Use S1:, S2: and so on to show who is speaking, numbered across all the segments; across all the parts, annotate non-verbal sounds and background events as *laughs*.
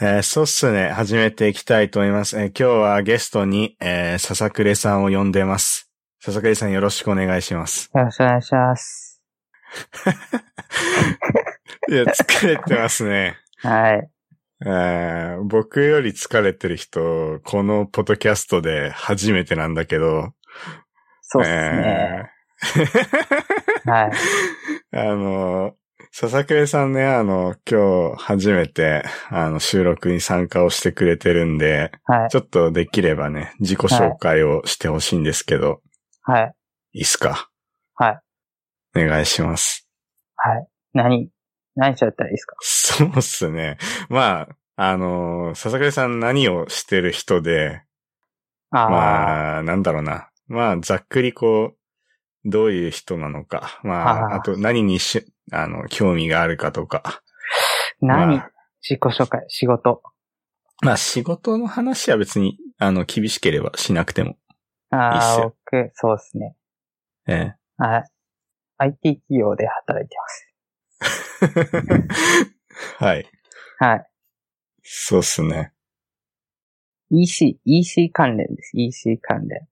S1: えーそうっすね。始めていきたいと思います。えー今日はゲストに、えー、笹倉さんを呼んでます。笹倉さんよろしくお願いします。
S2: よろしくお願いします。
S1: いや、疲れてますね。
S2: はい。
S1: *laughs* えー僕より疲れてる人、このポッドキャストで初めてなんだけど。
S2: そうですね。は
S1: え
S2: い。
S1: ー *laughs* あの、笹倉さんね、あの、今日初めて、あの、収録に参加をしてくれてるんで、
S2: はい。
S1: ちょっとできればね、自己紹介をしてほしいんですけど、
S2: はい。
S1: いいっすか
S2: はい。
S1: お願いします。
S2: はい。何何しちゃったらいいですか
S1: そうっすね。まあ、あのー笹倉さん何をしてる人で、
S2: あー、
S1: まあ、なんだろうな。まあ、ざっくりこう、どういう人なのか。まあ、
S2: あ
S1: あ
S2: ー
S1: と何にし、あの、興味があるかとか。
S2: 何、
S1: まあ
S2: 自己紹介、仕事。
S1: まあ、仕事の話は別に、あの、厳しければしなくても。いいっ
S2: あ
S1: す
S2: あ、
S1: よ
S2: 僕、そうですね。
S1: え
S2: *laughs*
S1: え。
S2: はい。IT 企業で働いてます。
S1: はい。
S2: は
S1: そうっすね。
S2: い。EC、EC 関連です。EC 関連。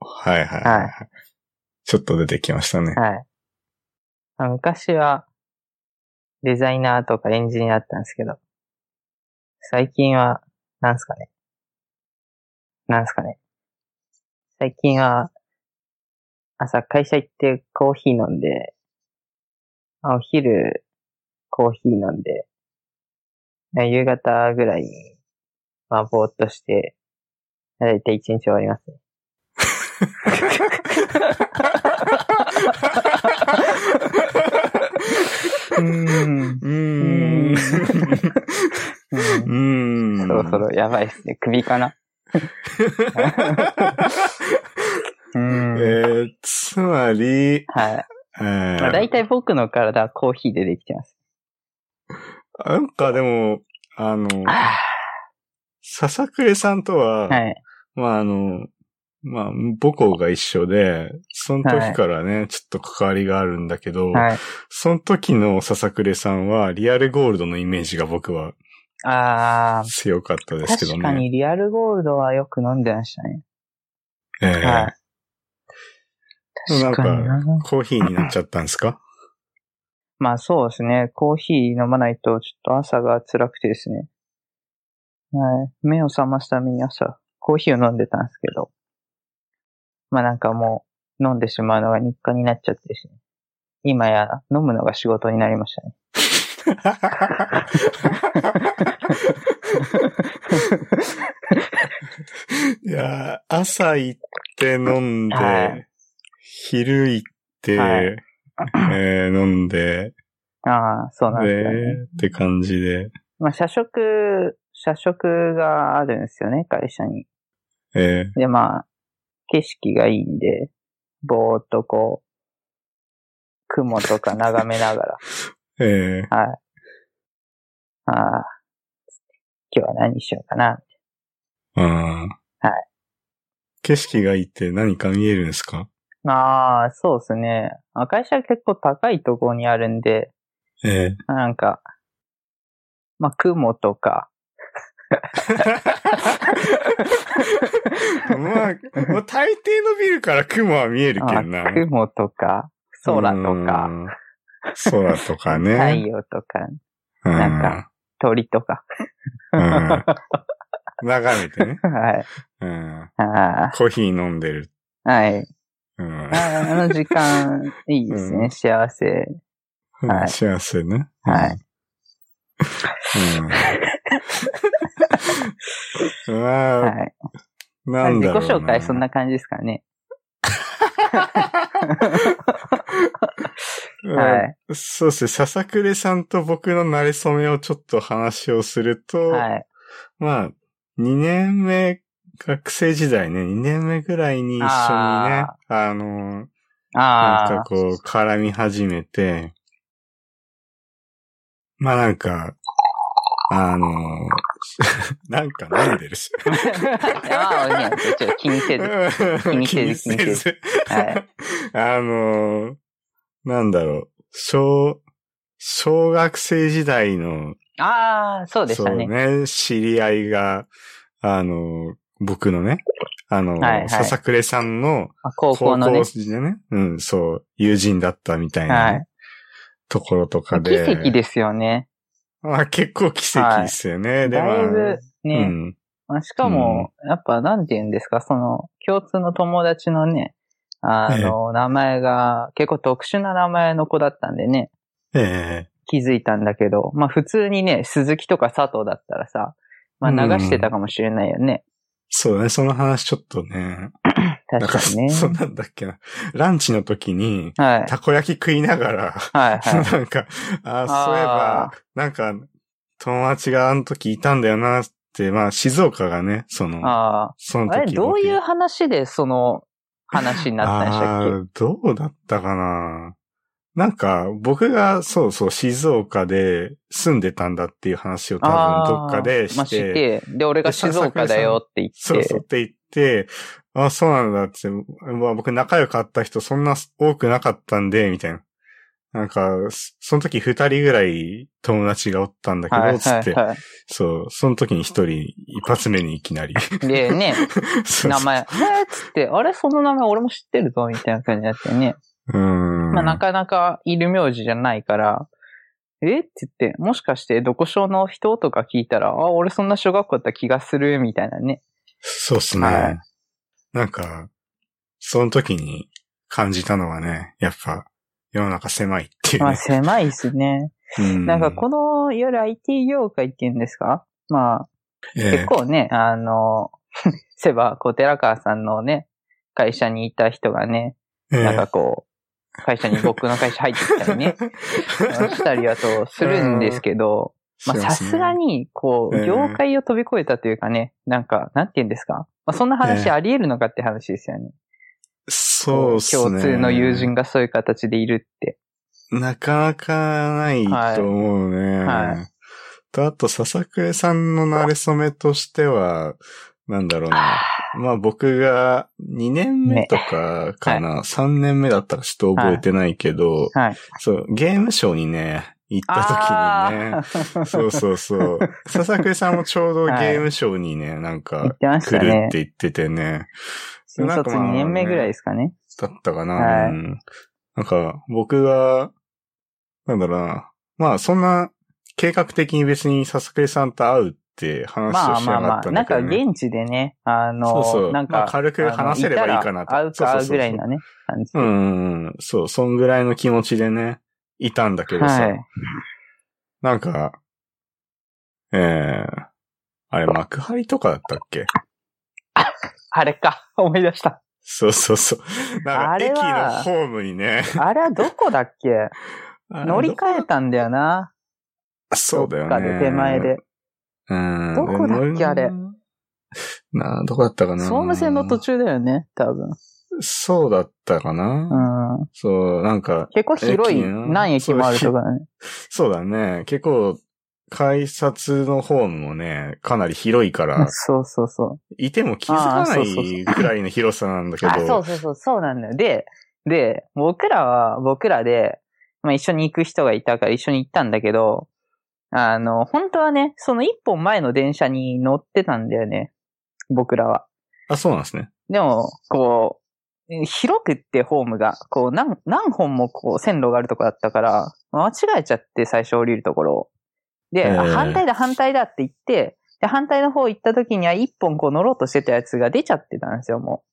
S1: はいはいはい。
S2: はい
S1: ちょっと出てきましたね。
S2: はい。あ昔は、デザイナーとかエンジニアだったんですけど、最近は、なんすかね。なんすかね。最近は、朝会社行ってコーヒー飲んで、あお昼、コーヒー飲んで、夕方ぐらいに、まあ、ぼーっとして、だいたい一日終わりますね。うん。
S1: うーん。うーん。
S2: そろそろやばいっすね。首
S1: *laughs*
S2: かな。うん
S1: えー、つまり、
S2: はい。
S1: えー
S2: まあ、大体僕の体はコーヒーでできてます。
S1: なんかでも、あの、
S2: あ
S1: 笹倉さんとは、
S2: ーはい。
S1: まああの、まあ、母校が一緒で、その時からね、ちょっと関わりがあるんだけど、
S2: はい。
S1: その時の笹倉さんは、リアルゴールドのイメージが僕は
S2: ああ、
S1: 強かったですけど
S2: 確
S1: ね。
S2: かにリアルゴールドはよく飲んでましたね。
S1: えー
S2: はい。
S1: なん
S2: 確
S1: か
S2: かにな。
S1: コーヒーになっちゃったんですか
S2: まあそうですね。コーヒー飲まないとちょっと朝が辛くてですね。はい。目を覚ますために朝、コーヒーを飲んでたんですけど。まあなんかもう、飲んでしまうのが日課になっちゃってですね。今や飲むのが仕事になりましたね。
S1: *laughs* いやー、朝行って飲んで、
S2: はい
S1: 昼行って、
S2: はい
S1: えー飲んで、
S2: ああ、そうなん
S1: で、
S2: ですよね。
S1: って感じで、
S2: まあ社食、社食があるんですよね、会社に。
S1: え
S2: でまあ、景色がいいんで、ぼーっとこう、雲とか眺めながら、
S1: ーえー
S2: はい。ああ、今日は何しようかな。
S1: あー
S2: はい
S1: 景色がいいって何か見えるんですか
S2: まあ、そうですね。あ会社は結構高いところにあるんで、 *laughs*
S1: え
S2: なんか、まあ、雲とか、
S1: ーまあ、もう大抵のビルから雲は見えるけ
S2: あ
S1: んな。
S2: 雲とか、空と
S1: う
S2: か、
S1: ん。空とかね。
S2: *laughs* 太陽とか、
S1: うん
S2: なんか。鳥とか。
S1: うん眺めてね。
S2: はい。
S1: うん。
S2: あ
S1: コーヒー飲んでる。
S2: あはい。
S1: うん
S2: あ。ああの時間、いいですね。
S1: うん
S2: 幸せ。はい
S1: 幸せね。
S2: はい
S1: *laughs* うん。まあ、
S2: はい。ま
S1: な
S2: あ
S1: ん
S2: 自
S1: だ
S2: 己
S1: ろう
S2: 紹介そんな感じですかね。
S1: うん
S2: はい。
S1: そうですね。笹倉さんと僕の馴れ初めをちょっと話をすると、
S2: はい。
S1: まあ、2年目、学生時代ね、2年目ぐらいに一緒にね、あ
S2: あ
S1: の、
S2: ああ。
S1: なんかこう、絡み始めて、まあなんか、あの、 *laughs* なんか飲んでるし。
S2: あ *laughs* あ、いや、ちょっと気にせず。
S1: 気
S2: にせず
S1: 気にせず
S2: はい。
S1: *laughs* あのーなんだろう、小、小学生時代の
S2: ああ、そうでしたね。
S1: そうね。知り合いが、あの、僕のね、あの、
S2: はいはい
S1: 笹暮さんの
S2: あ高校のね。
S1: 時でね、うん、そう、友人だったみたいなね、
S2: はい
S1: ところとか
S2: 奇
S1: で。
S2: 跡ですよね。
S1: まあ結構奇跡ですよね。でも、
S2: だいぶね、
S1: うん。
S2: まあ、しかも、やっぱなんて言うんですか、その、共通の友達のね、あの、名前が結構特殊な名前の子だったんでね、
S1: え
S2: 気づいたんだけど、まあ普通にね、鈴木とか佐藤だったらさ、まあ流してたかもしれないよね。
S1: そうね、その話ちょっとね。なんか
S2: 確かに
S1: *laughs*
S2: ね。
S1: そうなんだっけな。ランチの時に、
S2: はい。
S1: たこ焼き食いながら、
S2: はいはい。
S1: *laughs* なんか、あ
S2: あ
S1: ー
S2: ー
S1: そういえば、なんか、友達があの時いたんだよなって、まあ、静岡がね、その、
S2: あ
S1: その
S2: あ。あ
S1: 時
S2: れ、どういう
S1: う
S2: 話でその話になったんでしたっけ
S1: どうだったかななんか、僕が、そうそう、静岡で住んでたんだっていう話を多
S2: あ
S1: 分どっかで
S2: あまあ、
S1: し、
S2: 知ってて、で、俺が静岡だよって言って。
S1: そうそうって言って、あ、そうなんだって、まあ、僕仲良かった人そんな多くなかったんで、みたいな。なんか、そその時二人ぐらい友達がおったんだけど、
S2: はい
S1: つって、
S2: は
S1: そう、その時に一人、一発目にいきな
S2: *laughs*
S1: り。
S2: いはい。
S1: *laughs*
S2: でね、
S1: そう
S2: 名前、えーっつって、あれその名前俺も知ってるぞみたいな感じになってね。
S1: うーん。
S2: まあなかなかいる名字じゃないから、えって言って、もしかしてどこ小の人とか聞いたら、あ、俺そんな小学校だった気がするみたいなね。
S1: そうっすね。
S2: はい
S1: なんか、その時に感じたのはね、やっぱ、世の中狭いっていう
S2: まあ
S1: ね。
S2: 狭いですね。
S1: うん
S2: なんかこの、いわゆる IT 業界っていうんですかまあ
S1: え
S2: 結構ね、あの、 *laughs* セバ、こう寺川さんのね、会社にいた人がね、
S1: え
S2: なんかこう、会社に僕の会社入ってきたり
S1: *laughs*
S2: ね、したりはとするんですけど、 *laughs* まあ、
S1: し
S2: さ
S1: ますね
S2: すがに、こう、
S1: ええ
S2: 業界を飛び越えたというかね、なんか、なんて言うんですかまあ、そんな話あり得るのかって話ですよね。
S1: そうっすね。
S2: 共通の友人がそういう形でいるって。
S1: なかなかないと思うね。
S2: はいは
S1: と、あと、笹倉さんの馴れ初めとしては、なんだろうな。まあ僕が2年目とかかな、3年目だったらちょっと覚えて *laughs* ないけど、
S2: はい。
S1: そう、ゲームショーにね、行った時にね、
S2: 時に
S1: そうそうそう。笹倉さんもちょうどゲ
S2: はい
S1: ームショーにね、なん
S2: 言
S1: か
S2: っ、てまし
S1: 来
S2: た
S1: るっ
S2: ね。
S1: て言っててね、
S2: *laughs* 新
S1: なん
S2: 卒
S1: かまあ
S2: 2年目ぐらいですかね。
S1: だったかな。
S2: はい
S1: うんなんか、僕が、なんだろうな。まあ、そんな、計画的に別に笹倉さんと会うって話
S2: ま
S1: を
S2: あ
S1: し
S2: まあ
S1: なか
S2: ま
S1: った
S2: あ、
S1: んだ
S2: なん
S1: けど、
S2: か
S1: ね。
S2: 現地でね、あ
S1: そうそう
S2: の、なん
S1: まあ
S2: か、
S1: 軽く話せればいいかなと
S2: あのいたら会うか、ぐらいのね、感じで。
S1: うんうん。そう、そんぐらいの気持ちでね、いたんだけどさ。
S2: はい。
S1: なんか、ええあれ、幕張とかだったっけ
S2: あれか、 *laughs* 思い出した。
S1: そうそうそう。な
S2: あ
S1: んか、
S2: れ
S1: 駅の
S2: は
S1: ホームにね。
S2: あれはどこだっけ乗り換えたんだよな。
S1: そうだよね。
S2: どっかで手前で。。
S1: うん。
S2: どこだっけあれ
S1: なあ、どこだったかな
S2: 総務線の途中だよね、多分。
S1: そうだったかな、
S2: うん。
S1: そう、なんか、
S2: 結構広い、
S1: 駅な
S2: 何駅もあるとかね。
S1: そうだね。結構、改札のホームもね、かなり広いから、
S2: *laughs* そうそうそ
S1: いても気づかな
S2: あーそうそうそ
S1: いうくらいの広さなんだ
S2: う。
S1: けど。
S2: あ、そうそうそう、そうなんだよ。で、で、僕らは、僕らで、まあ一緒に行く人がいたから一緒に行ったんだけど、あの、本当はね、その一本前の電車に乗ってたんだよね。僕らは。
S1: あ、そうなんですね。
S2: でも、こう、広くってホームが、こう、何、何本もこう、線路があるとこだったから、間違えちゃって最初降りるところを。で、あ
S1: ええ
S2: 反対だ、反対だって言って、で、反対の方行った時には一本こう乗ろうとしてたやつが出ちゃってたんですよ、も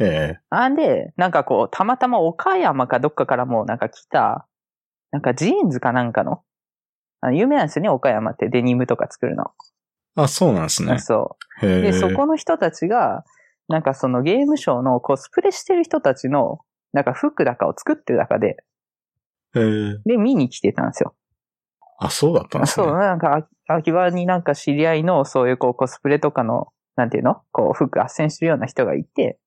S1: ええ
S2: う。あんで、なんかこう、たまたま岡山かどっかからもうなんか来た、なんかジーンズかなんかの、あの有名なんですよね、岡山ってデニムとか作るの。
S1: あ、そうなんですね。
S2: そう。
S1: へえ
S2: で、そこの人たちが、なんかそのゲームショーのコスプレしてる人たちの、なんか服だかを作ってる中で、
S1: へえ
S2: で、見に来てたんですよ。
S1: あ、そうだったん *laughs* です
S2: そう、
S1: ね。
S2: なんか、あ秋葉になんか知り合いの、そういうこうコスプレとかの、なんていうのこう、服斡旋してるような人がいて、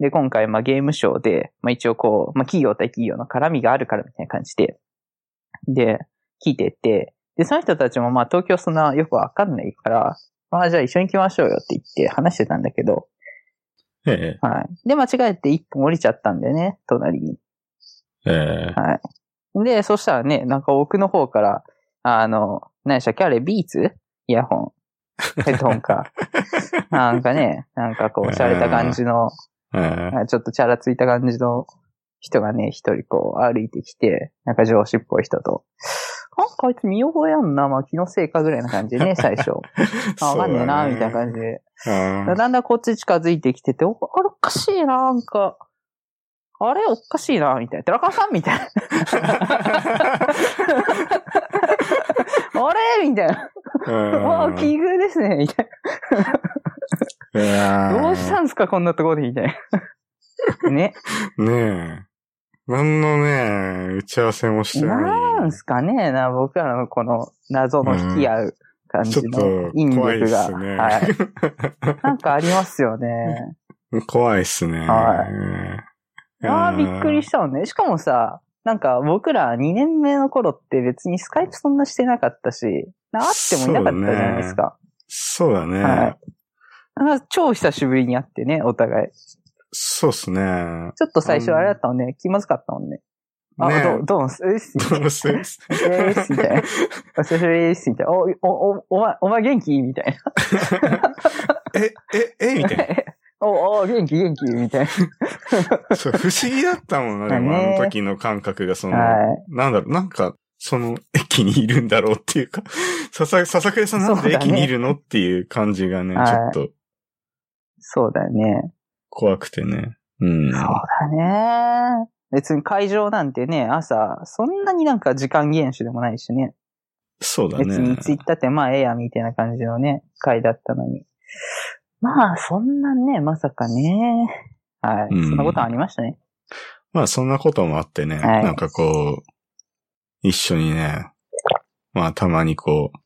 S2: で、今回、まあゲームショーで、まあ一応こう、まあ企業対企業の絡みがあるからみたいな感じで、で、聞いてって、で、その人たちもまあ東京そんなよくわかんないから、まあじゃあ一緒に行きましょうよって言って話してたんだけど、
S1: え
S2: はい。で、間違えて一本降りちゃったんでね、隣に。
S1: えええ
S2: で、そしたらね、なんか奥の方から、あの、何でしたっけあれ、ビーツイヤホン。ヘッドホン *laughs* か。なんかね、なんかこう、洒落た感じの、
S1: うん
S2: ちょっとチャラついた感じの人がね、一人こう歩いてきて、なんか上司っぽい人と、なんかあいつ見覚えあんな、まあ気のせいかぐらいな感 *laughs* じでね、最初。
S1: *laughs*
S2: あ、わかんねえな、みたいな感じで。
S1: じ。うん
S2: だんだんこっち近づいてきてて、おあれおかしいな、なんか。あれおかしいな、みたいな。寺川さんみたいな。あれみたいな。 *laughs* ああ、奇遇ですね、みたいな。どうしたんですか、こんなところで、みたい
S1: *laughs*
S2: な。ね。
S1: ねえ。何のね、打ち合わせもしてない。
S2: なんすかねな、僕らのこの謎の引き合う感じ
S1: ちょ
S2: の
S1: っと
S2: 引力が。
S1: 怖いっすね
S2: はい。なんかありますよね。
S1: *laughs* 怖いっすね。
S2: はああ、びっくり
S1: し
S2: したもんね。しかもさ、なんか僕ら2年目の頃って別にスカイプそんなしてなかったし、な会ってもいなかったじゃないですか。
S1: そうだね。
S2: はいなんか超久しぶりに会ってね、お互い。
S1: そうっすね。ね
S2: ちょっと最初あれだったもんね。気まずかったもんね。あ、どう、どうもす、うっす、
S1: どう
S2: *laughs*
S1: せ。
S2: お久しぶりです、みたいな。お久しぶりです、みたいな。お、お、お、お前、お前元気みたいな。
S1: え、え、えみたい
S2: お、お、元気、元気、みたい
S1: な。そう、不思議だったもんな、でも、
S2: だね
S1: あの時の感覚が、そ
S2: な。
S1: の、
S2: はい。
S1: なんだろう、なんか、その、駅にいるんだろうっていうか、笹、笹倉さんなん
S2: そう
S1: で
S2: だね
S1: 駅にいるのっていう感じがね、
S2: はい
S1: ちょっと
S2: そうだよね。
S1: 怖くてね。うん。
S2: そうだね。別に会場なんてね、朝、そんなになんか時間厳守でもないしね。
S1: そうだ
S2: 別に
S1: ね。
S2: ツイッターってまあええやみたいな感じのね、会だったのに。まあ、そんなね、まさかね。はい。
S1: うん
S2: そんなことありましたね。
S1: まあそんなこともあってね、
S2: はい
S1: なんかこう、一緒にね、まあたまにこう、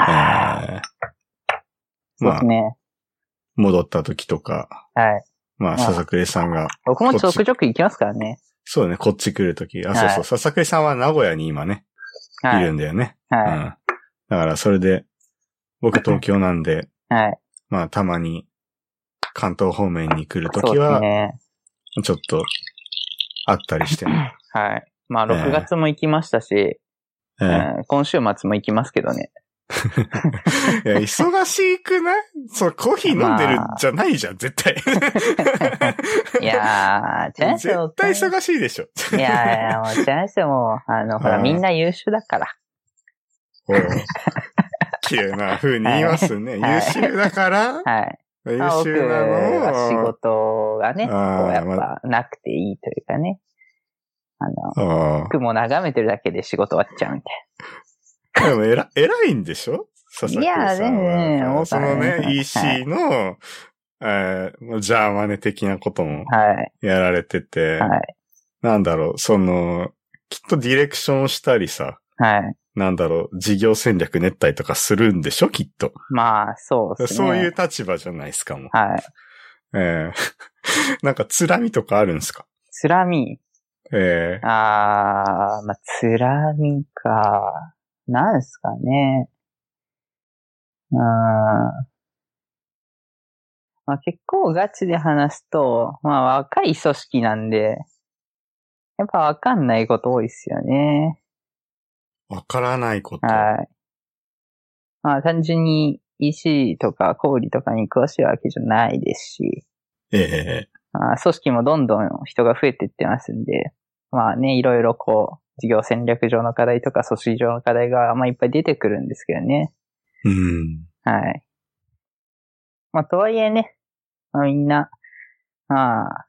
S1: えー
S2: そ
S1: ま
S2: うで
S1: あ
S2: す、ね。
S1: 戻った時とか、
S2: はい。
S1: ま
S2: あ
S1: あ、笹倉さんが、
S2: 僕もちょくちょく行きますからね。
S1: そうだね、こっち来る時、あ、
S2: はい
S1: そうそう、笹倉さんは名古屋に今ね、い
S2: はい。
S1: るんだよね。うん。
S2: は
S1: だから、それで、僕東京なんで、
S2: い。はい。
S1: まあ、たまに、関東方面に来る
S2: そう
S1: 時
S2: です
S1: は、
S2: ね。
S1: ちょっと、あったりして
S2: *laughs*
S1: ね。
S2: はい。まあ、6月も行きましたし、
S1: ええ
S2: うん今週末も行きますけ
S1: *laughs*
S2: どね。
S1: いや、忙しくないそう、コーヒー飲んでる
S2: まあ
S1: じゃないじゃん、絶
S2: *laughs*
S1: 対。
S2: いやー、チャンスよ
S1: 絶対忙しいでしょ。
S2: いやいや、もう、チャンスよもう、あの、ほら、
S1: はい
S2: みんな優秀だから。
S1: *laughs* おう綺麗な風に言いますね。
S2: はい
S1: 優秀だから、
S2: はい。
S1: 優
S2: まあ、僕
S1: 秀な
S2: は仕
S1: のを。
S2: 事がね、こう、
S1: あー
S2: やっ
S1: ま
S2: ぱ、なくていいというかね。あの、
S1: あ
S2: 雲眺めてるだけで仕事終わっちゃうんで。
S1: あ。でも、偉偉いんでしょ佐々木さんは。
S2: いやね
S1: あのその
S2: わかんな
S1: ね、
S2: い
S1: EC の、えー、ジャーマネ的なことも
S2: はい。
S1: やられてて、
S2: はい。
S1: なんだろう、その、きっとディレクションをしたりさ、
S2: はい。
S1: なんだろう、事業戦略練ったりとかするんでしょきっと。
S2: まあ、そうですね。
S1: そういう。立場じゃないですか、もう。
S2: はい。
S1: え *laughs* えなんか、つらみとかあるんですか
S2: つらみ。
S1: ええ
S2: あー、まあ、つらみか。なんすかね。うーん。まあ、結構ガチで話すと、まあ、若い組織なんで、やっぱわかんないこと多いっすよね。
S1: わからないこと。
S2: はい。まあ、単純に EC とか氷とかに詳しいわけじゃないですし。
S1: ええ
S2: まあ、組織もどんどん人が増えていってますんで、まあね、いろいろこう、事業戦略上の課題とか組織上の課題が、まあいっぱい出てくるんですけどね。
S1: うん。
S2: はい。まあ、とはいえね、まあ、みんな、まあ、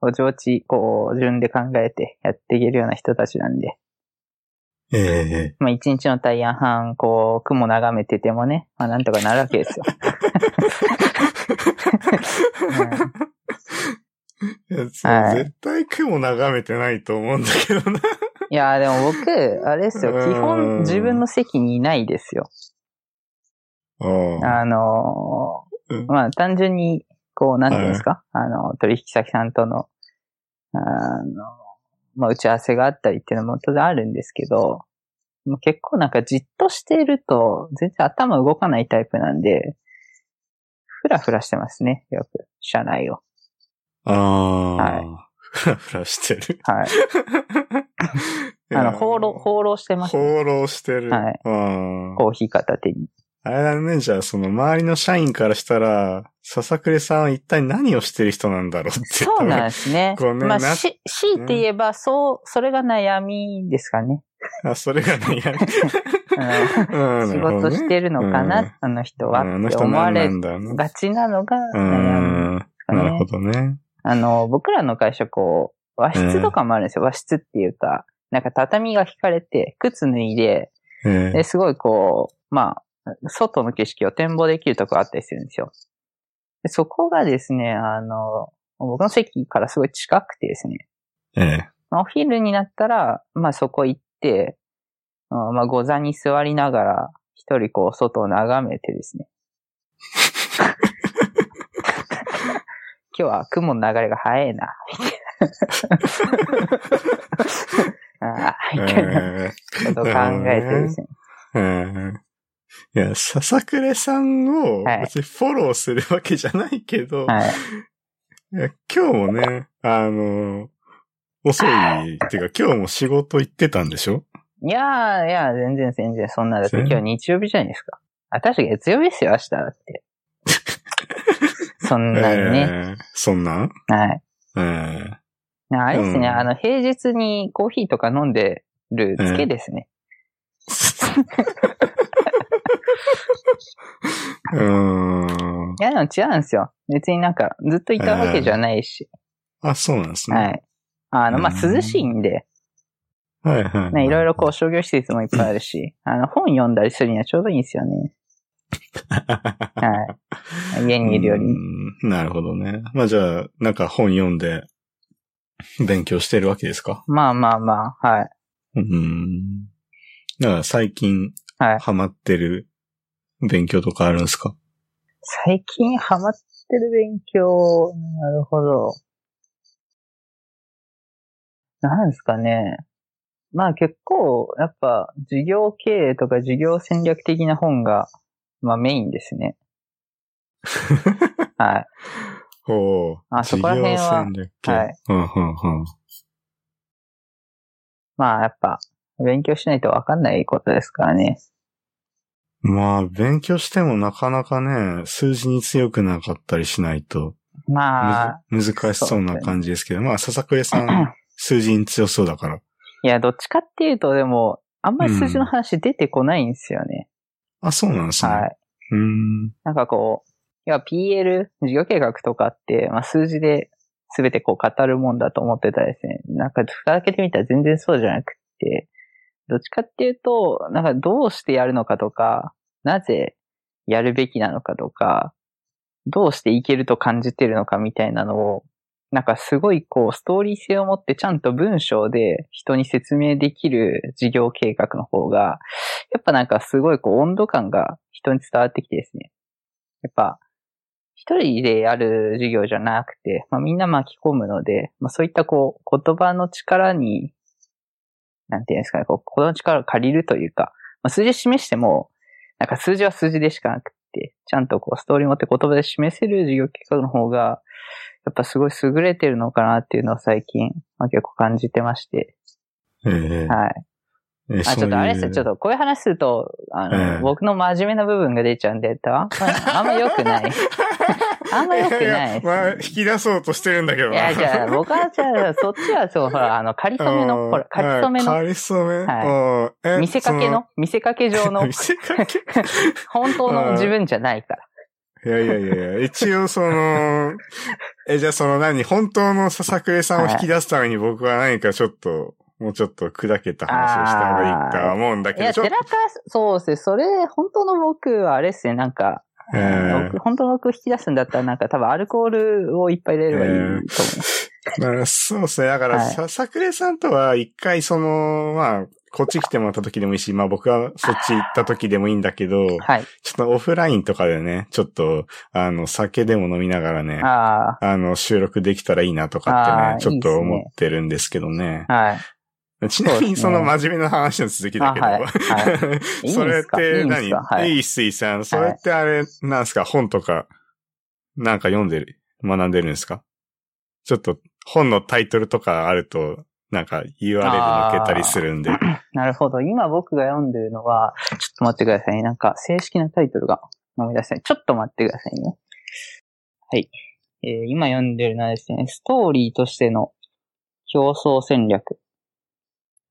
S2: お上地、こう、順で考えてやっていけるような人たちなんで、
S1: ええ
S2: まあ一日の大半半、こう、雲眺めててもね、まあなんとかなるわけで
S1: *laughs*
S2: すよ。
S1: *laughs* いやそう
S2: はい
S1: 絶対雲眺めてないと思うんだけどな。
S2: いやーでも僕、あれですよ、基
S1: うん
S2: 本自分の席にいないですよ。
S1: ああ
S2: あのー
S1: うん
S2: まあ、単純に、こう、なんていうんですか、あの、取引先さんとの、あの、まあ、打ち合わせがあったりっていうのも当然あるんですけど、もう結構なんかじっとしていると、全然頭動かないタイプなんで、ふらふらしてますね、よく、社内を。
S1: ああ。
S2: は *laughs*
S1: ふらふらしてる。
S2: はい。あの、放浪、放浪してます、ね。
S1: 放浪してる。
S2: はい
S1: うん
S2: コーヒー片手に。
S1: あれだね、じゃあその周りの社員からしたら、笹倉さんは一体何をしてる人なんだろうって。
S2: そうなんですね。
S1: *laughs* ごめん
S2: まあ、
S1: な
S2: し、強いて言えば、そう、それが悩みですかね。
S1: あ、それが
S2: *laughs*
S1: ね、や
S2: うん
S1: うん
S2: 仕事してるのかな、
S1: うん
S2: あの人
S1: な
S2: は
S1: るほどねうんあ
S2: っ
S1: の
S2: て
S1: 人
S2: 思わ
S1: 何な
S2: れ
S1: んだろうな。
S2: がちなのが
S1: う
S2: 悩み
S1: ん。
S2: か
S1: な
S2: ね
S1: るほどね。
S2: あの、僕らの会社、こう、和室とかもあるんですよ。和室っていうか、なんか畳が引かれて、靴脱いで、
S1: ええ
S2: ですごいこう、まあ、外の景色を展望できるとこあったりするんですよ。でそこがですね、あの、僕の席からすごい近くてですね、
S1: ええ
S2: まあお昼になったら、まあそこ行って、うんまあ午座に座りながら、一人こう外を眺めてですね。 *laughs* 今日は雲の流れが早いな、みたいな。ああ、みたいな
S1: え
S2: ことを考えてですね。
S1: ええ
S2: *laughs*
S1: えいや、笹倉さんを
S2: はい
S1: 別にフォローするわけじゃないけど、
S2: はい。
S1: いや今日もね、あの、遅い、っていうか今日も仕事行ってたんでしょ
S2: いやー、いやー、全然全然、そんな、だって
S1: 全
S2: 今日日曜日じゃないですか。あ、確か月曜日ですよ、明日だって。そんなにね。
S1: ええそんなん
S2: はい。
S1: ええ
S2: なあれですね、
S1: うん
S2: あの、平日にコーヒーとか飲んでるつけですね。
S1: *laughs* うーん。
S2: いや、でも違うんですよ。別になんか、ずっといたわけじゃないし。
S1: あ、そうなんですね。
S2: はい。あの、まあ、
S1: うん
S2: 涼しいんで、
S1: はいはい。
S2: ね、いろいろこう、商業施設もいっぱいあるし、あの、本読んだりするにはちょうどいいんですよ
S1: *laughs*
S2: ね。はい。家にいるより。
S1: うんなるほどね。まあじゃあ、なんか本読んで、勉強してるわけですか
S2: まあまあまあ、はい。
S1: うん。だから最近、
S2: はい
S1: ハマってる勉強とかあるんですか
S2: 最近ハマってる勉強、なるほど。なんですかね。まあ結構、やっぱ、授業経営とか授業戦略的な本が、まあメインで
S1: *laughs*
S2: すね。はい。
S1: おお。
S2: あそこら辺は
S1: 授業戦略
S2: はい。
S1: うんうんうん。
S2: まあやっぱ、勉強しないとわかんないことですからね。
S1: まあ、勉強してもなかなかね、数字に強くなかったりしないと、む
S2: まあ、
S1: ず難しそうな感じですけど、まあ、笹倉さ
S2: *clears throat*
S1: ん、数字に強そうだから。
S2: いや、どっちかっていうと、でも、あんまり数字の話出てこないんですよね。
S1: あ、そうなんですね。
S2: はい。
S1: うーん。
S2: なんかこう、いや、PL、事業計画とかって、まあ、数字で全てこう語るもんだと思ってたですね。なんか、蓋開けてみたら全然そうじゃなくって、どっちかっていうと、なんかどうしてやるのかとか、なぜやるべきなのかとか、どうしていけると感じてるのかみたいなのを、なんかすごいこう、ストーリー性を持ってちゃんと文章で人に説明できる事業計画の方が、やっぱなんかすごいこう、温度感が人に伝わってきてですね。やっぱ、一人でやる授業じゃなくて、まあ、みんな巻き込むので、まあ、そういったこう、言葉の力に、なんていうんですかね、こう、この力を借りるというか、まあ、数字示しても、なんか数字は数字でしかなくって、ちゃんとこう、ストーリー持って言葉で示せる授業計画の方が、やっぱすごい優れてるのかなっていうのを最近、まあ、結構感じてまして、
S1: ええ
S2: はい。
S1: ええ
S2: あ、ちょっとあれですよ、ちょっ
S1: と。
S2: とこういう話すると、あの、
S1: ええ
S2: 僕の真面目な部分が出ちゃうんで、あんま、あんま良く *laughs* ない。あんま
S1: *laughs*
S2: 良くないですね
S1: ややまあ、引き出そうとしてるんだけど
S2: い
S1: な *laughs*
S2: や、じゃあ、僕はじゃあ、そっちは、そう、ほら、あの、仮初め
S1: う
S2: の、
S1: ん
S2: ほら、仮初め
S1: は
S2: の、
S1: い仮初めうんえ
S2: 見せかけの、見せかけ上
S1: その
S2: の
S1: *laughs*
S2: *laughs*
S1: 見、せかけ
S2: 本当の自分じゃないから。
S1: いやいやいや
S2: *laughs*
S1: いや、一応その、え、じゃあその何、本当の笹倉さんを引き出すために僕は何かちょっと、もうちょっと砕けた話をした方がいいとは思うんだ
S2: い
S1: けど、
S2: や、
S1: ちょっ
S2: 寺
S1: と
S2: 川、そうですね、それ、本当の僕はあれですね、なんか、
S1: ええ
S2: 僕本当の僕引き出すんだったら、なんか多分アルコールをいっぱい入れればいいと思う。
S1: まあ、そうですね。だから、
S2: はい
S1: さ笹倉さんとは一回その、まあ、こっち来てもらった時でもいいし、まあ僕はそっち行った時でもいいんだけど、
S2: はい。
S1: ちょっとオフラインとかでね、ちょっと、あの、酒でも飲みながらね、あ
S2: あ
S1: の、収録できたらいいなとか
S2: あー
S1: ってね、ちょっと
S2: いいですね
S1: 思ってるんですけどね。
S2: あ、はい。
S1: ちなみに *laughs* そ
S2: そう
S1: の
S2: です
S1: 真
S2: ね
S1: 面目な話の続きだけど、
S2: あはいは
S1: *laughs*
S2: いい
S1: それっ
S2: い
S1: て
S2: いんですかいい
S1: 何
S2: んですかはい
S1: いい水産、それってあれ、なんすか、本とか、なんか読んでる、学んでるんですかちょっと、本のタイトルとかあると、なんか URL 抜けたりするんで。
S2: なるほど。今僕が読んでるのは、ちょっと待ってくださいね。なんか正式なタイトルが思い出せない。ちょっと待ってくださいね。はい。えー今読んでるのはですね、ストーリーとしての競争戦略。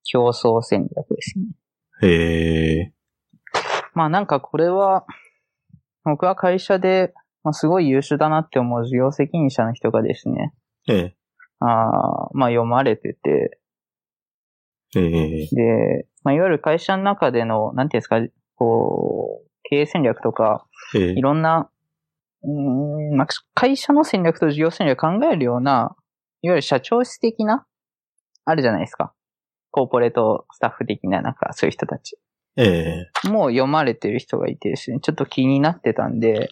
S2: 競争戦略ですね。
S1: へえ。
S2: まあなんかこれは、僕は会社で、まあ、すごい優秀だなって思う事業責任者の人がですね、
S1: え
S2: あーまあ読まれてて、
S1: え。ええ。
S2: で、まあ、いわゆる会社の中での、なんていうんですか、こう、経営戦略とか、
S1: ええ
S2: い。ろんな、うーんまあ、会社の戦略と事業戦略考えるような、いわゆる社長室的な、あるじゃないですか。コーポレートスタッフ的な、なんかそういう人たち。
S1: ええ。
S2: もう読まれてる人がいてですね、ちょっと気になってたんで、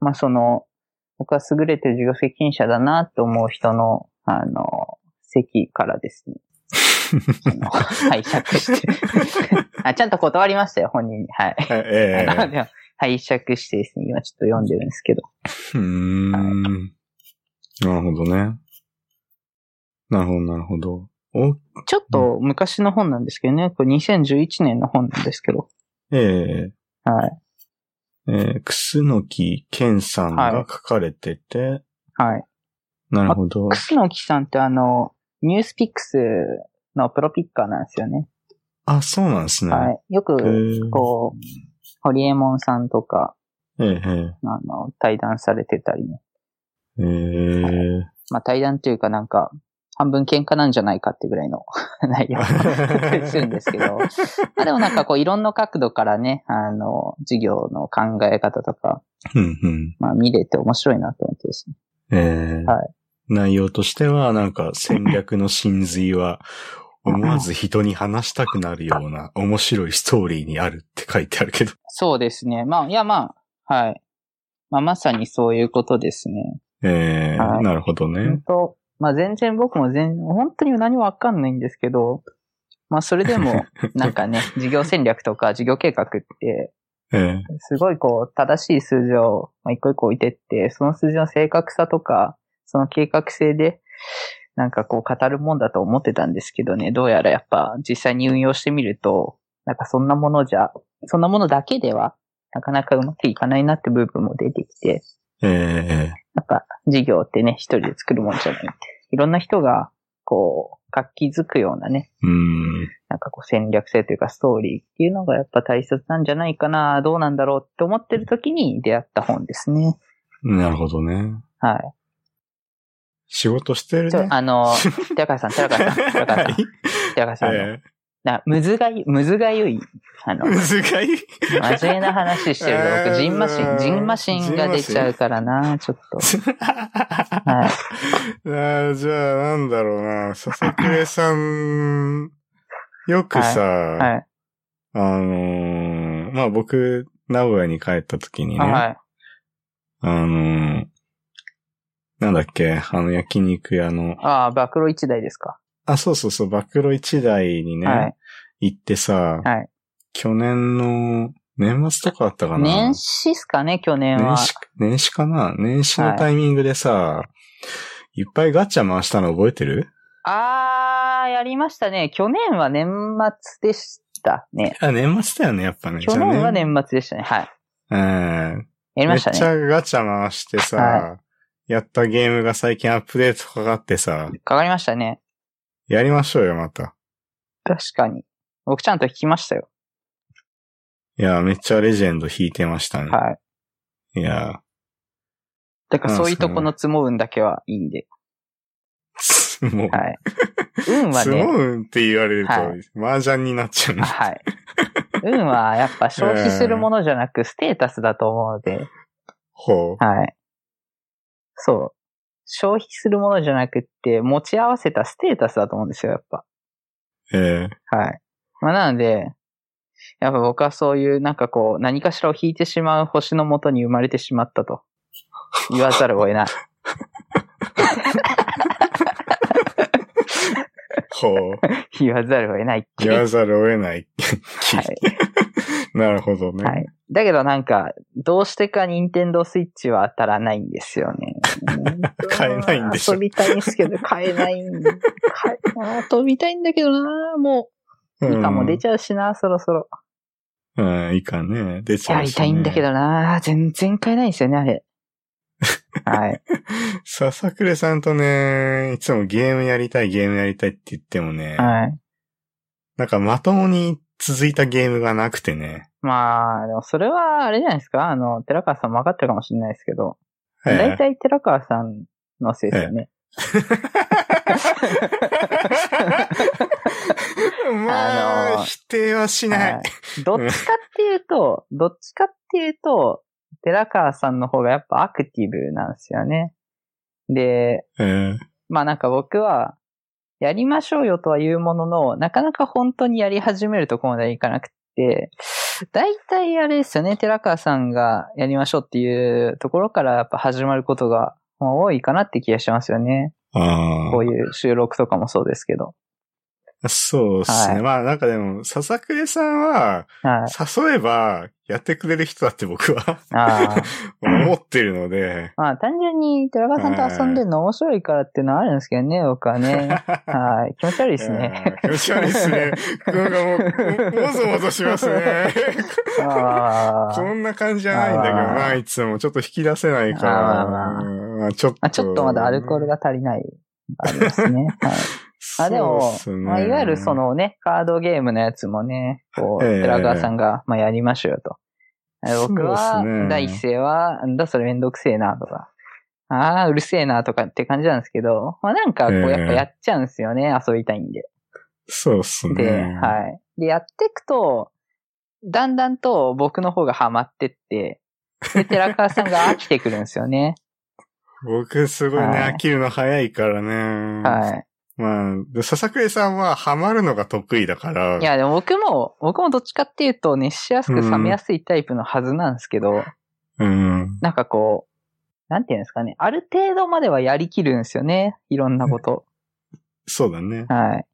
S2: まあその、僕は優れてる事業責任者だなと思う人の、あの、席からですね、あの拝借して *laughs* あ、ちゃんと断りましたよ、本人に。 *laughs* はい。
S1: え
S2: あの
S1: え。
S2: でも拝借してですね、今ちょっと読んでるんですけど。
S1: うーん。なるほどね。なるほど、なるほど。お、
S2: ちょっと昔の本なんですけどね、これ2011年の本なんですけど。
S1: ええ。
S2: はい。
S1: ええ、くすのきけんさんが書かれてて、
S2: はい。
S1: なるほど。
S2: 楠木さんってあの、ニュースピックスのプロピッカーなんですよね。
S1: あ、そうなんですね。
S2: はい。よ
S1: へ
S2: く、
S1: ー
S2: こう、ホリエモンさんとか、
S1: ええ
S2: あの、対談されてたりね。
S1: ええええ
S2: まあ対談というかなんか、半分喧嘩なんじゃないかってぐらいの *laughs* 内容をするんです
S1: *laughs*
S2: けど。まあでもなんかこういろんな角度からね、あの、授業の考え方とか、
S1: うんうん。
S2: まあ見れて面白いなと思ってですね。
S1: ええ
S2: は
S1: 内容としては、なんか戦略の真髄
S2: *laughs*
S1: は、思わず人に話したくなるような面白いストーリーにあるって書いてあるけど。
S2: そうですね。まあ、いやまあ、はい。まあまさにそういうことですね。
S1: ええ
S2: はい
S1: なるほど
S2: 本
S1: ね。
S2: 当、まあ全然僕も全、本当に何もわかんないんですけど、まあそれでも、なんかね、事業戦略とか事業計画って、
S1: ええ
S2: すごいこう、正しい数字をまあ一個一個置いてって、その数字の正確さとか、その計画性で、なんかこう語るもんだと思ってたんですけどね、どうやらやっぱ実際に運用してみると、なんかそんなものじゃ、そんなものだけでは、なかなかうまくいかないなって部分も出てきて、
S1: ええ
S2: やっぱ事業ってね、一人で作るもんじゃない。いろんな人が、こう、活気づくようなね、
S1: うん。
S2: なんかこう戦略性というかストーリーっていうのがやっぱ大切なんじゃないかな、どうなんだろうって思ってる時に出会った本ですね。
S1: なるほどね。
S2: は
S1: 仕事してる
S2: い。ちょ
S1: ね。
S2: あの、寺川さん、寺
S1: *laughs*
S2: 川さん、寺川さん、寺川さん、あの
S1: え
S2: なむずがゆ、むずがゆい、あ
S1: え
S2: の、
S1: 難い。 *laughs*
S2: 真面目な話してる
S1: え *laughs* ー
S2: と、僕、ジンマシン、ジンマシンが出ちゃうからな、ちょっと。はい。
S1: あーじゃあ、なんだろうな。佐々木礼さん、よくさ、
S2: はい。
S1: あのーまあ、僕、名古屋に帰った時にね、
S2: あはい。
S1: あのーなんだっけ、あの焼肉屋の、
S2: ああ、暴露一台ですか。
S1: あ、そうそうそう、暴露一台にね、
S2: はい。
S1: 行ってさ、
S2: はい
S1: 去年の年末とかあったかな
S2: 年始っすかね、去年は。
S1: 年始、年始かな年始のタイミングでさ、い、っぱいガチャ回したの覚えてる
S2: あー、やりましたね。去年は年末でしたね。
S1: あ、年末だよね、やっぱね。
S2: 去年は年
S1: 末。
S2: 末でしたね。はい。
S1: うん。
S2: やり
S1: め
S2: ま
S1: っ
S2: した
S1: ち
S2: ね。
S1: ゃガチャ回してさ、
S2: は
S1: やったゲームが最近アップデートかかってさ、
S2: かかりましたね。
S1: やりましょうよ、また。
S2: 確かに。僕ちゃんと聞きましたよ。
S1: いや、めっちゃレジェンド弾いてましたね。
S2: はい。
S1: い、や、 *laughs*
S2: だからそういうと
S1: な
S2: こ
S1: んすかね
S2: の積も運だけはいいんで。
S1: もう、
S2: はい。運は
S1: スモ
S2: ね、
S1: ウンって言われると、
S2: は
S1: 麻雀になっちゃうね
S2: あはい。運はやっぱ消費するものじゃなくステータスだと思うので、
S1: ほう。
S2: はい。そう。消費するものじゃなくって、持ち合わせたステータスだと思うんですよ、やっぱ。
S1: え
S2: はい。まあ、なので、やっぱ僕はそういう、なんかこう、何かしらを引いてしまう星のもとに生まれてしまったと。言わざるを得ない。 *laughs*
S1: ー
S2: *laughs*
S1: ほう。
S2: 言わざるを得ないってい
S1: 言
S2: う
S1: わざるを得ない。
S2: はい。
S1: *laughs* なるほどね。
S2: はい。だけどなんか、どうしてか任天堂スイッチは当たらないんですよね。
S1: *laughs* 買えないんでしょ
S3: 遊びたいんですけど、買えないんで。買えあー飛びたいんだけどなもう。いいかも出ちゃうしな、そろそろ。
S1: うん、うん、いいかね。出ちゃ
S3: や
S1: う
S3: り
S1: し、
S3: た
S1: ね。
S3: いんだけどな全然買えないんですよね、あ
S1: *laughs*
S3: れ。はい。
S1: 笹倉さんとね、いつもゲームやりたい、ゲームやりたいって言ってもね、
S2: はい。
S1: なんかまともに続いたゲームがなくてね。
S2: まあ、でもそれはあれじゃないですか。あの、寺川さんも分かってるかもしれないですけど、だい
S1: え
S2: たい寺川さんのせいですよ
S1: え
S2: ね。
S1: *laughs* まあ、
S2: あのー
S1: 否定はしない。
S2: はいどっちかっていうと、どっちかっていうと、寺川さんの方がやっぱアクティブなんですよね。で、
S1: うん
S2: まあなんか僕は、やりましょうよとは言うものの、なかなか本当にやり始めるとこまでいかなくて、だいたいあれですよね、寺川さんがやりましょうっていうところからやっぱ始まることがまあ多いかなって気がしますよね。
S1: あ
S2: こういう収録とかもそうですけど。
S1: あ、そうですね。
S2: はい
S1: まあなんかでも、笹倉さんは、 *laughs*
S2: はい。
S1: 誘えばやってくれる人だって僕は *laughs*
S2: ああ。
S1: 思ってるので、
S2: まあ単純に寺川さんと遊んでるの面白いからっていうのはあるんですけどね、僕はね。はい。気持ち悪いですね。
S1: うん気持ち悪いです
S2: *laughs*
S1: ね。なんかもう、ももぞもぞしますね。
S2: まあまあまあまあ
S1: こんな感じじゃないんだけど
S2: あー
S1: な、いつも。ちょっと引き出せないか
S2: あーま
S1: ら。
S2: あまあ
S1: うんまあちょっと。
S2: まあちょっとまだアルコールが足りない。ありますね。
S1: *laughs*
S2: はい。
S1: そう
S2: あ、
S1: っすね。
S2: でも、まあ、いわゆるそのね、カードゲームのやつもね、こう、
S1: ええ
S2: 寺川さんが、まあ、やりましょうよと。僕
S1: そ
S2: は
S1: うです、ね
S2: 第一声は、なんだそれめんどくせえなとか、ああ、うるせえなとかって感じなんですけど、まあ、なんかこう、
S1: ええ
S2: やっぱやっちゃうんですよね、遊びたいんで。
S1: そうっすね。
S2: で、はい。で、やっていくと、だんだんと僕の方がハマってって、で、寺川さんが飽きてくるんですよね。
S1: 僕すごいね、
S2: はい
S1: 飽きるの早いからね。
S2: はい。
S1: まあ、で笹倉さんはハマるのが得意だから。
S2: いや、でも僕も、僕もどっちかっていうと、熱しやすく冷めやすいタイプのはずなんですけど、
S1: うん。
S2: なんかこう、なんていうんですかね、ある程度まではやりきるんですよね、いろんなこと。
S1: そうだね。 *laughs*
S2: はい。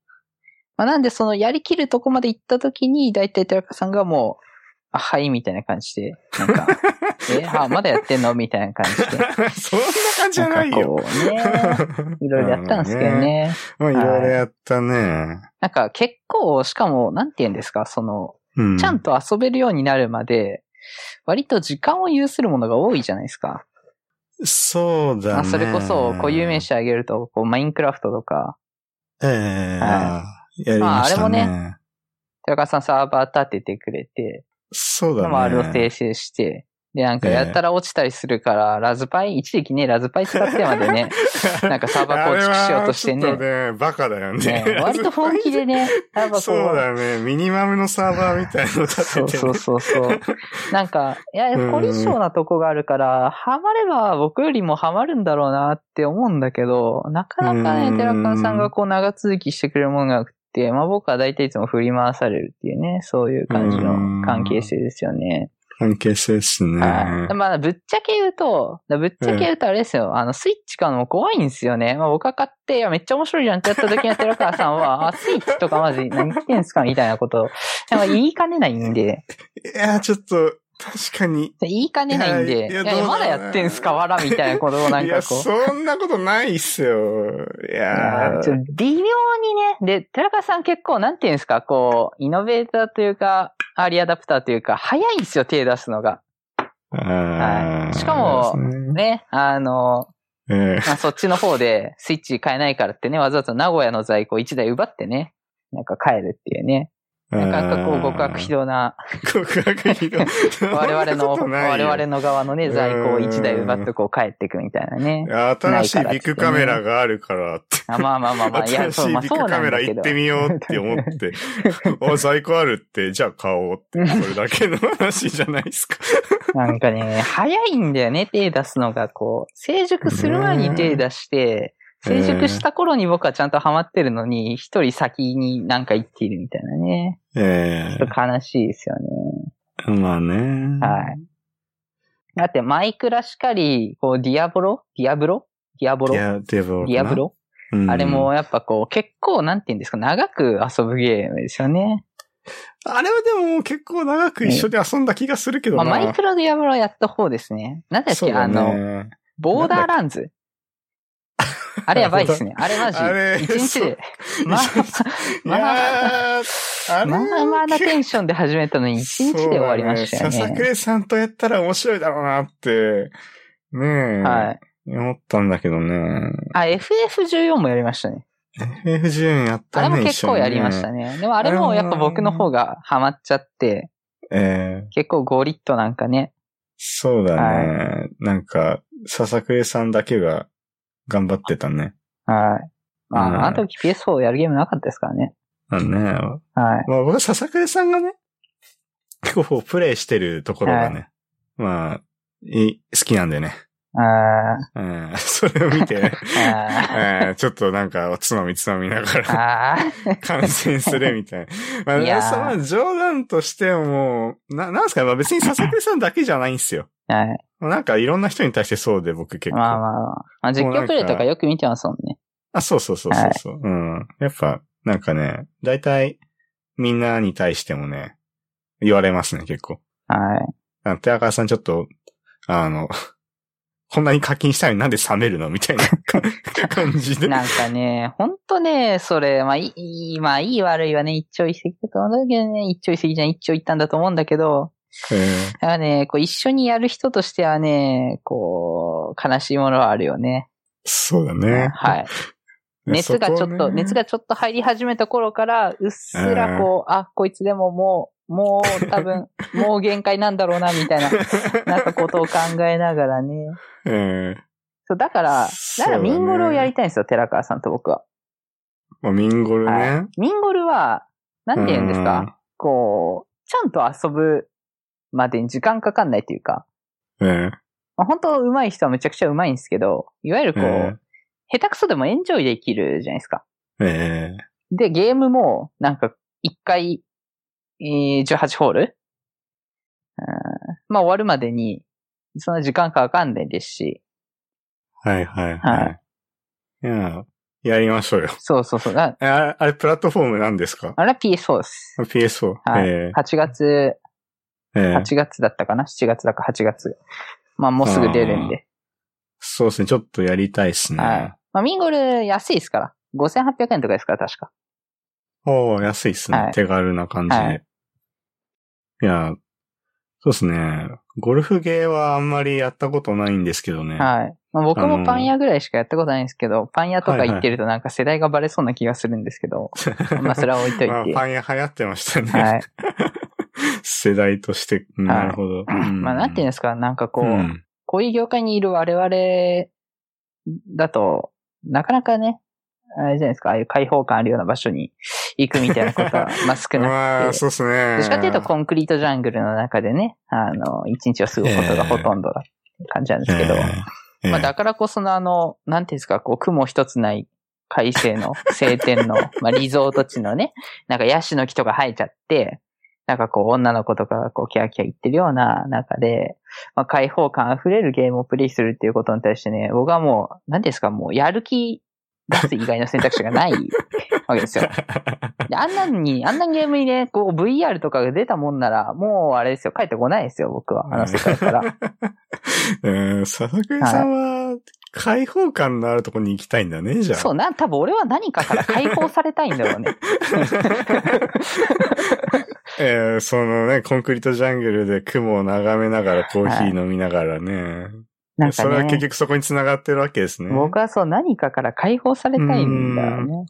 S2: まあ、なんで、そのやりきるとこまで行った時に、だいたい寺川さんがもう、あはい、みたいな感じで、なんか、え、あ、まだやってんのみたいな感じで。
S1: そんな感じじゃない
S2: なんか
S1: よ。
S2: こうね、いろいろやったんですけどね。
S1: *laughs* まあ。いろいろやったね。
S2: なんか結構、しかも、なんて言うんですか、その、
S1: うん
S2: ちゃんと遊べるようになるまで、割と時間を有するものが多いじゃないですか。
S1: そうだ
S2: ま
S1: ね。
S2: あ、それこそ、こう有名詞あげると、こうマインクラフトとか、
S1: ええ
S2: は
S1: やりましたね。
S2: まああれ
S1: ね。
S2: 寺川さんサーバー立ててくれて、
S1: そうだね。
S2: ワールド停止して、で、なんかやったら落ちたりするから、ラズパイ、一時期ね、ラズパイ使ってまでね、な
S1: *laughs*
S2: んかサーバー構築しようとして
S1: あれ
S2: ね
S1: はちょっとね、バカだよね。
S2: ね割と本気でね、サーバーこう、
S1: そうだね。ミニマムのサーバーみたいの立てて、
S2: そうそうそうそう。なんか、いや、
S1: うん
S2: 凝り性なとこがあるから、ハマれば僕よりもハマるんだろうなって思うんだけど、なかなか
S1: うん
S2: ね、寺川さんがこう長続きしてくれるものがなくて、まあ僕は大体いつも振り回されるっていうね、そういう感じの関係性ですよね。
S1: 関係性っすね。
S2: はい。まあぶっちゃけ言うと、ぶっちゃけ言うとあれですよ、あの、スイッチ買うのも怖いんですよね。まあ僕が買って、いや、めっちゃ面白いじゃんってやった時の寺川さんは、あ、スイッチとかマジ何言ってんすかみたいなことを、なんか言いかねないんで。
S1: いや、ちょっと、確かに。
S2: 言いかねないんで、い
S1: い
S2: や
S1: やいやどう
S2: いや
S1: だろう
S2: まだやってんすか、わら、みたいなことをないん
S1: や、
S2: かこう。
S1: そんなことないっすよ。い
S2: いや
S1: や
S2: ーちょっと微妙にね、で、寺川さん結構、なんていうんですか、こう、イノベーターというか、アーリーアダプターというか、早いんですよ、手出すのが。
S1: あー
S2: しかも
S1: そうですね
S2: ね、あの、
S1: ええ
S2: まあ、そっちの方で、スイッチ変えないからってね、わざわざ名古屋の在庫1台奪ってね、なんか帰るっていうね。なかなかこう、極悪非道な、
S1: 極悪非道。
S2: *laughs* 我々の、
S1: そんなことないよ
S2: 我々の側のね、在庫を1台奪ってこう帰ってくみたいなね。
S1: 新しいビッグカメラがあるからって。
S2: あまあまあまあまあ、いや、
S1: 新し
S2: そう、
S1: いビ
S2: まあ
S1: ッ
S2: そう
S1: グ
S2: な
S1: カ
S2: んだ
S1: メラ
S2: け
S1: 行
S2: ど
S1: っ。てみようって思って、お、在庫あるって、じゃあ買おうって、それだけの話じゃないですか。
S2: なんかね、早いんだよね、手出すのが、こう、成熟する前に手出して、
S1: ねえ
S2: 成熟した頃に僕はちゃんとハマってるのに、一人先になんか行っているみたいなね。
S1: え
S2: ちょっと悲しいですよね。
S1: えまあね。
S2: はい。だって、マイクラしかり、こう、ディアボロディアブロディアボロ
S1: デ
S2: デ
S1: ィアディアブロかな
S2: ィアブロ
S1: うん
S2: あれもやっぱこう、結構、なんて言うんですか、長く遊ぶゲームですよね。
S1: あれはでも結構長く一緒で遊んだ気がするけど
S2: まあ、
S1: な。
S2: マイクラディアブロはやった方ですね。なんだっ
S1: そう
S2: け、
S1: だ
S2: あの、
S1: ね。
S2: ボーダーランズあれやばいっすね。 *laughs* あれマジ
S1: あれ。
S2: 一日で。まあ、
S1: い
S2: まあ、
S1: やー、あれ
S2: ま *laughs* あまあなテンションで始めたのに一日で終わりましたよ
S1: そうだ
S2: ね
S1: 笹。倉さんとやったら面白いだろうなって、ねえ、
S2: はい。
S1: 思ったんだけどね。
S2: あ、FF14 もやりましたね。
S1: FF14 やっ
S2: あ
S1: た
S2: れ
S1: ね。
S2: も結構やりました
S1: ね。
S2: ね。でもあれもやっぱ僕の方がハマっちゃって、
S1: ええ
S2: 結構ゴリッとなんかね。
S1: そうだね。
S2: は
S1: なんか、笹倉さんだけが頑張ってたね。
S2: はい。ま
S1: うん
S2: あ、あの時 PS4 やるゲームなかったですからね。
S1: あのね。
S2: はい。
S1: まあ僕は笹倉さんがね、結構こうプレイしてるところがね、まあ、い好きなんでね。
S2: あー
S1: うん、 *laughs* それを見て、
S2: あ
S1: えーちょっとなんか、おつまみつまみなが
S2: ー。
S1: ら
S2: あー
S1: 観戦するみ
S2: *laughs*
S1: たいな。
S2: い
S1: ま
S2: や
S1: あ、
S2: ー
S1: その冗談としても、な、なんすかね、まあ別に笹倉さんだけじゃないんですよ。
S2: はい。 *laughs*
S1: まあなんかいろんな人に対してそうで、僕結構。
S2: まあまあまあ。まあ実況プレイとかよく見てますもんね。
S1: あ、そうそうそうそうそう、うん。やっぱ、なんかね、大体、みんなに対してもね、言われますね、結構。
S2: はい。
S1: あの手赤さんちょっと、あの、 *laughs* こんなに課金したのになんで冷めるのみ
S2: *laughs*
S1: たいな感じで。
S2: なんかね、ほんとね、それ、まあいいいい、まあいい悪いはね、一丁一石だと思うんだけどね、一丁一石じゃん、一丁一短だと思うんだけど、
S1: え
S2: だからね、こう一緒にやる人としてはね、こう、悲しいものはあるよね。
S1: ーそうだね。
S2: はい。熱がちょっと、
S1: *laughs*
S2: 熱
S1: が。
S2: がちょっと入り始めた頃から、うっすらこう、あ、こいつでももう、もう
S1: *laughs*
S2: 多分、もう限界なんだろうな、みたいな、なんかことを考えながらね。
S1: ええ
S2: そう、だから、だから
S1: そうだ
S2: ミ
S1: ね
S2: ンゴルをやりたいんですよ、寺川さんと僕は。
S1: まあ、ミンゴルね。
S2: はミンゴルは、なんて言うんです
S1: うん
S2: か、こう、ちゃんと遊ぶまでに時間かかんないというか、
S1: ええ
S2: まあ、本当上手い人はめちゃくちゃ上手いんですけど、いわゆるこう、
S1: え
S2: 下手くそでもエンジョイできるじゃないですか。
S1: え
S2: で、ゲームも、なんか、1回、えー18ホールうんまあ終わるまでに、そんな時間かかんないですし、
S1: えはいはいは。
S2: はい
S1: いや、やりましょうよ。
S2: そうそうそう、あ
S1: えあれ、あれプラットフォームなんですか
S2: あれは PS4 です。
S1: ?PSO。
S2: はい
S1: え
S2: 8月、
S1: えええ
S2: 8月だったかな ?7 月だか8月。まあもうすぐ出るんで。
S1: そうですね。ちょっとやりたいっすね。
S2: はいまあ、ミンゴル安いですから。5800円とかですから、確か。
S1: おー、安いっすね。
S2: はい
S1: 手軽な感じで。、
S2: はい
S1: や、そうですね。ゴルフゲーはあんまりやったことないんですけどね。
S2: はい。まあ、僕
S1: あのー
S2: もパン屋ぐらいしかやったことないんですけど、パン屋と
S1: は
S2: か
S1: いはい
S2: 行ってるとなんか世代がバレそうな気がするんですけど、まあそれは置いと
S1: *laughs*
S2: いて。
S1: まあ、
S2: は
S1: パン屋流行ってましたね。
S2: い。
S1: *laughs* 世代として。うん
S2: はい
S1: なるほど。うん
S2: まあなんていうんですか、なんかこう、
S1: うん
S2: こういう業界にいる我々だと、なかなかね、あれじゃないですか、ああいう開放感あるような場所に行くみたいなこと
S1: *laughs*
S2: は、まあ少なくて。
S1: まあ、そうっすね。
S2: どっちかっていうとコンクリートジャングルの中でね、あの、一日を過ごすことがほとんどだって感じなんですけど、
S1: ええ
S2: まあ
S1: ええ
S2: だからこそのあの、なんていうんですか、こう雲一つない快
S1: *laughs*
S2: 晴の晴天の、まあリゾート地のね、なんかヤシの木とか生えちゃって、なんかこう女の子とかがこうキャーキャー言ってるような中で、まあ開放感あふれるゲームをプレイするっていうことに対してね、僕はもう、なんていうんですか、もうやる気出す以外の選択肢がないわけです
S1: *laughs*
S2: よ。で、あんなに、あんなゲームにね、こう VR とかが出たもんなら、もうあれですよ、帰ってこないですよ、僕は。あの世界から。
S1: *laughs* うん、佐々木さんは、開放感のあるところに行きたいんだね、じゃあ。
S2: そう、な、多分俺は何かから解放されたいんだ
S1: *laughs*
S2: ろうね。
S1: えーそのね、コンクリートジャングルで雲を眺めながらコーヒー飲みながらね。
S2: なん
S1: それは
S2: か
S1: 結
S2: ね、
S1: 局そこに繋がってるわけですね。
S2: 僕はそう何かから解放されたいんだよね。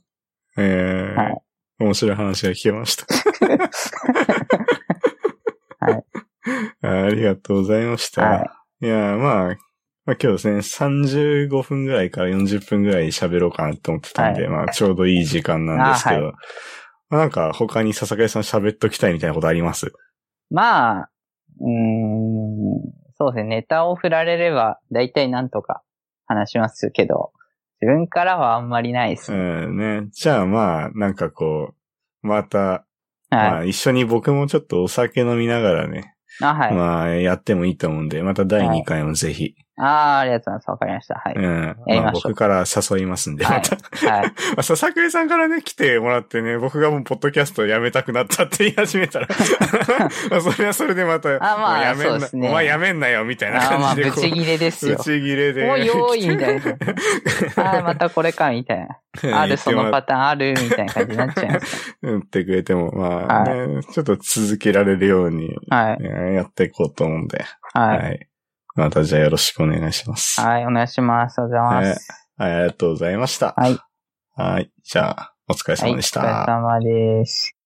S1: えー
S2: はい
S1: 面白い話が聞けました。
S2: *laughs* はい
S1: あ *laughs* ーありがとうございました。、
S2: はい
S1: やー、まあ、まあ今日ですね、35分ぐらいから40分ぐらい喋ろうかなと思ってたんで、
S2: はい
S1: まあちょうどいい時間なんですけ
S2: あー
S1: ど、まあなんか他に笹倉さん喋っときたいみたいなことあります
S2: まあ、うーん、そうですね、ネタを振られれば、だいたいなんとか話しますけど、自分からはあんまりないです
S1: う
S2: ね。
S1: ん、ね。じゃあまあ、なんかこう、また、ま
S2: は
S1: あ一緒に僕もちょっとお酒飲みながらね、
S2: い。あ、はい。
S1: まあやってもいいと思うんで、また第2回もぜひ
S2: ああ、ありがとうございます。わかりました。はい。
S1: うん。
S2: やり
S1: まあ
S2: ましょう
S1: 僕から誘いますんで、
S2: は
S1: ま
S2: い
S1: た。 *laughs*
S2: はい。
S1: まあ笹栗さんからね、来てもらってね、僕がもうポッドキャストやめたくなったって言い始め
S2: *laughs*
S1: たら、まあそれはそれでまた、
S2: あま
S1: も
S2: あ
S1: うやめんな
S2: そうですね
S1: お前やめんなよ、みたいな
S2: ああまあ、
S1: 感じで
S2: ぶ
S1: こ
S2: ち
S1: う。
S2: 切れですよ
S1: ぶ。ち切れで。
S2: もう用意みたい
S1: *laughs*
S2: な。はい、またこれか、みたいな。ある、そのパターンある、みたいな感じになっちゃいます。
S1: うんってくれても、まあ、ねちょっと続けられるように、
S2: はい。
S1: うんやっていこうと思うんで。
S2: はい。
S1: い。またじゃあよろしくお願いします。
S2: はい、お願いします。おはようございます。
S1: はいありがとうございました。
S2: はい。
S1: はい。じゃあ、お疲れ
S2: はい、
S1: 様
S2: お
S1: でした。
S2: 疲れ様です。